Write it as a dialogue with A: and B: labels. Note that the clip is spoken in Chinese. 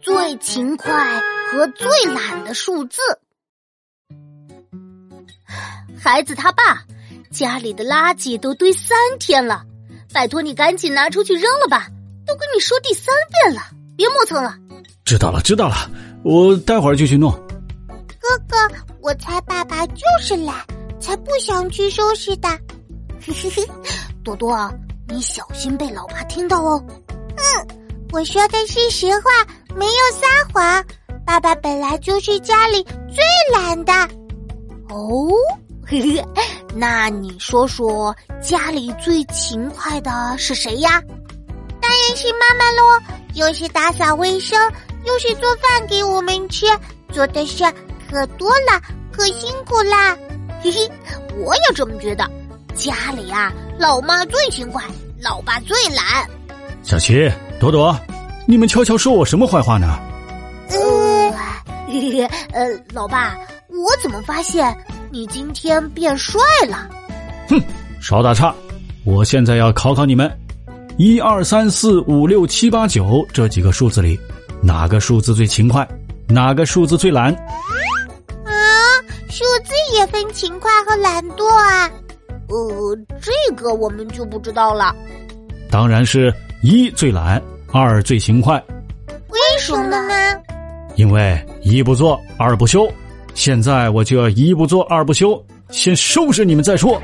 A: 最勤快和最懒的数字。孩子他爸，家里的垃圾都堆三天了，拜托你赶紧拿出去扔了吧！都跟你说第三遍了，别磨蹭了。
B: 知道了，知道了，我待会儿就去弄。
C: 哥哥，我猜爸爸就是懒，才不想去收拾的。
A: 嘿嘿嘿，多多，你小心被老爸听到哦。
C: 嗯，我说的是实话，没有撒谎。爸爸本来就是家里最懒的。
A: 哦，嘿嘿，那你说说家里最勤快的是谁呀？
C: 当然是妈妈喽，又是打扫卫生，又是做饭给我们吃，做的事可多了，可辛苦啦。
A: 嘿嘿，我也这么觉得。家里啊，老妈最勤快，老爸最懒。
B: 小琪、朵朵，你们悄悄说我什么坏话呢？
C: 嗯
A: 呃，呃，老爸，我怎么发现你今天变帅了？
B: 哼，少打岔！我现在要考考你们：一二三四五六七八九这几个数字里，哪个数字最勤快？哪个数字最懒？
C: 啊，数字也分勤快和懒惰啊！
A: 呃，这个我们就不知道了。
B: 当然是一最懒，二最勤快。
C: 为什么呢？
B: 因为一不做二不休。现在我就要一不做二不休，先收拾你们再说。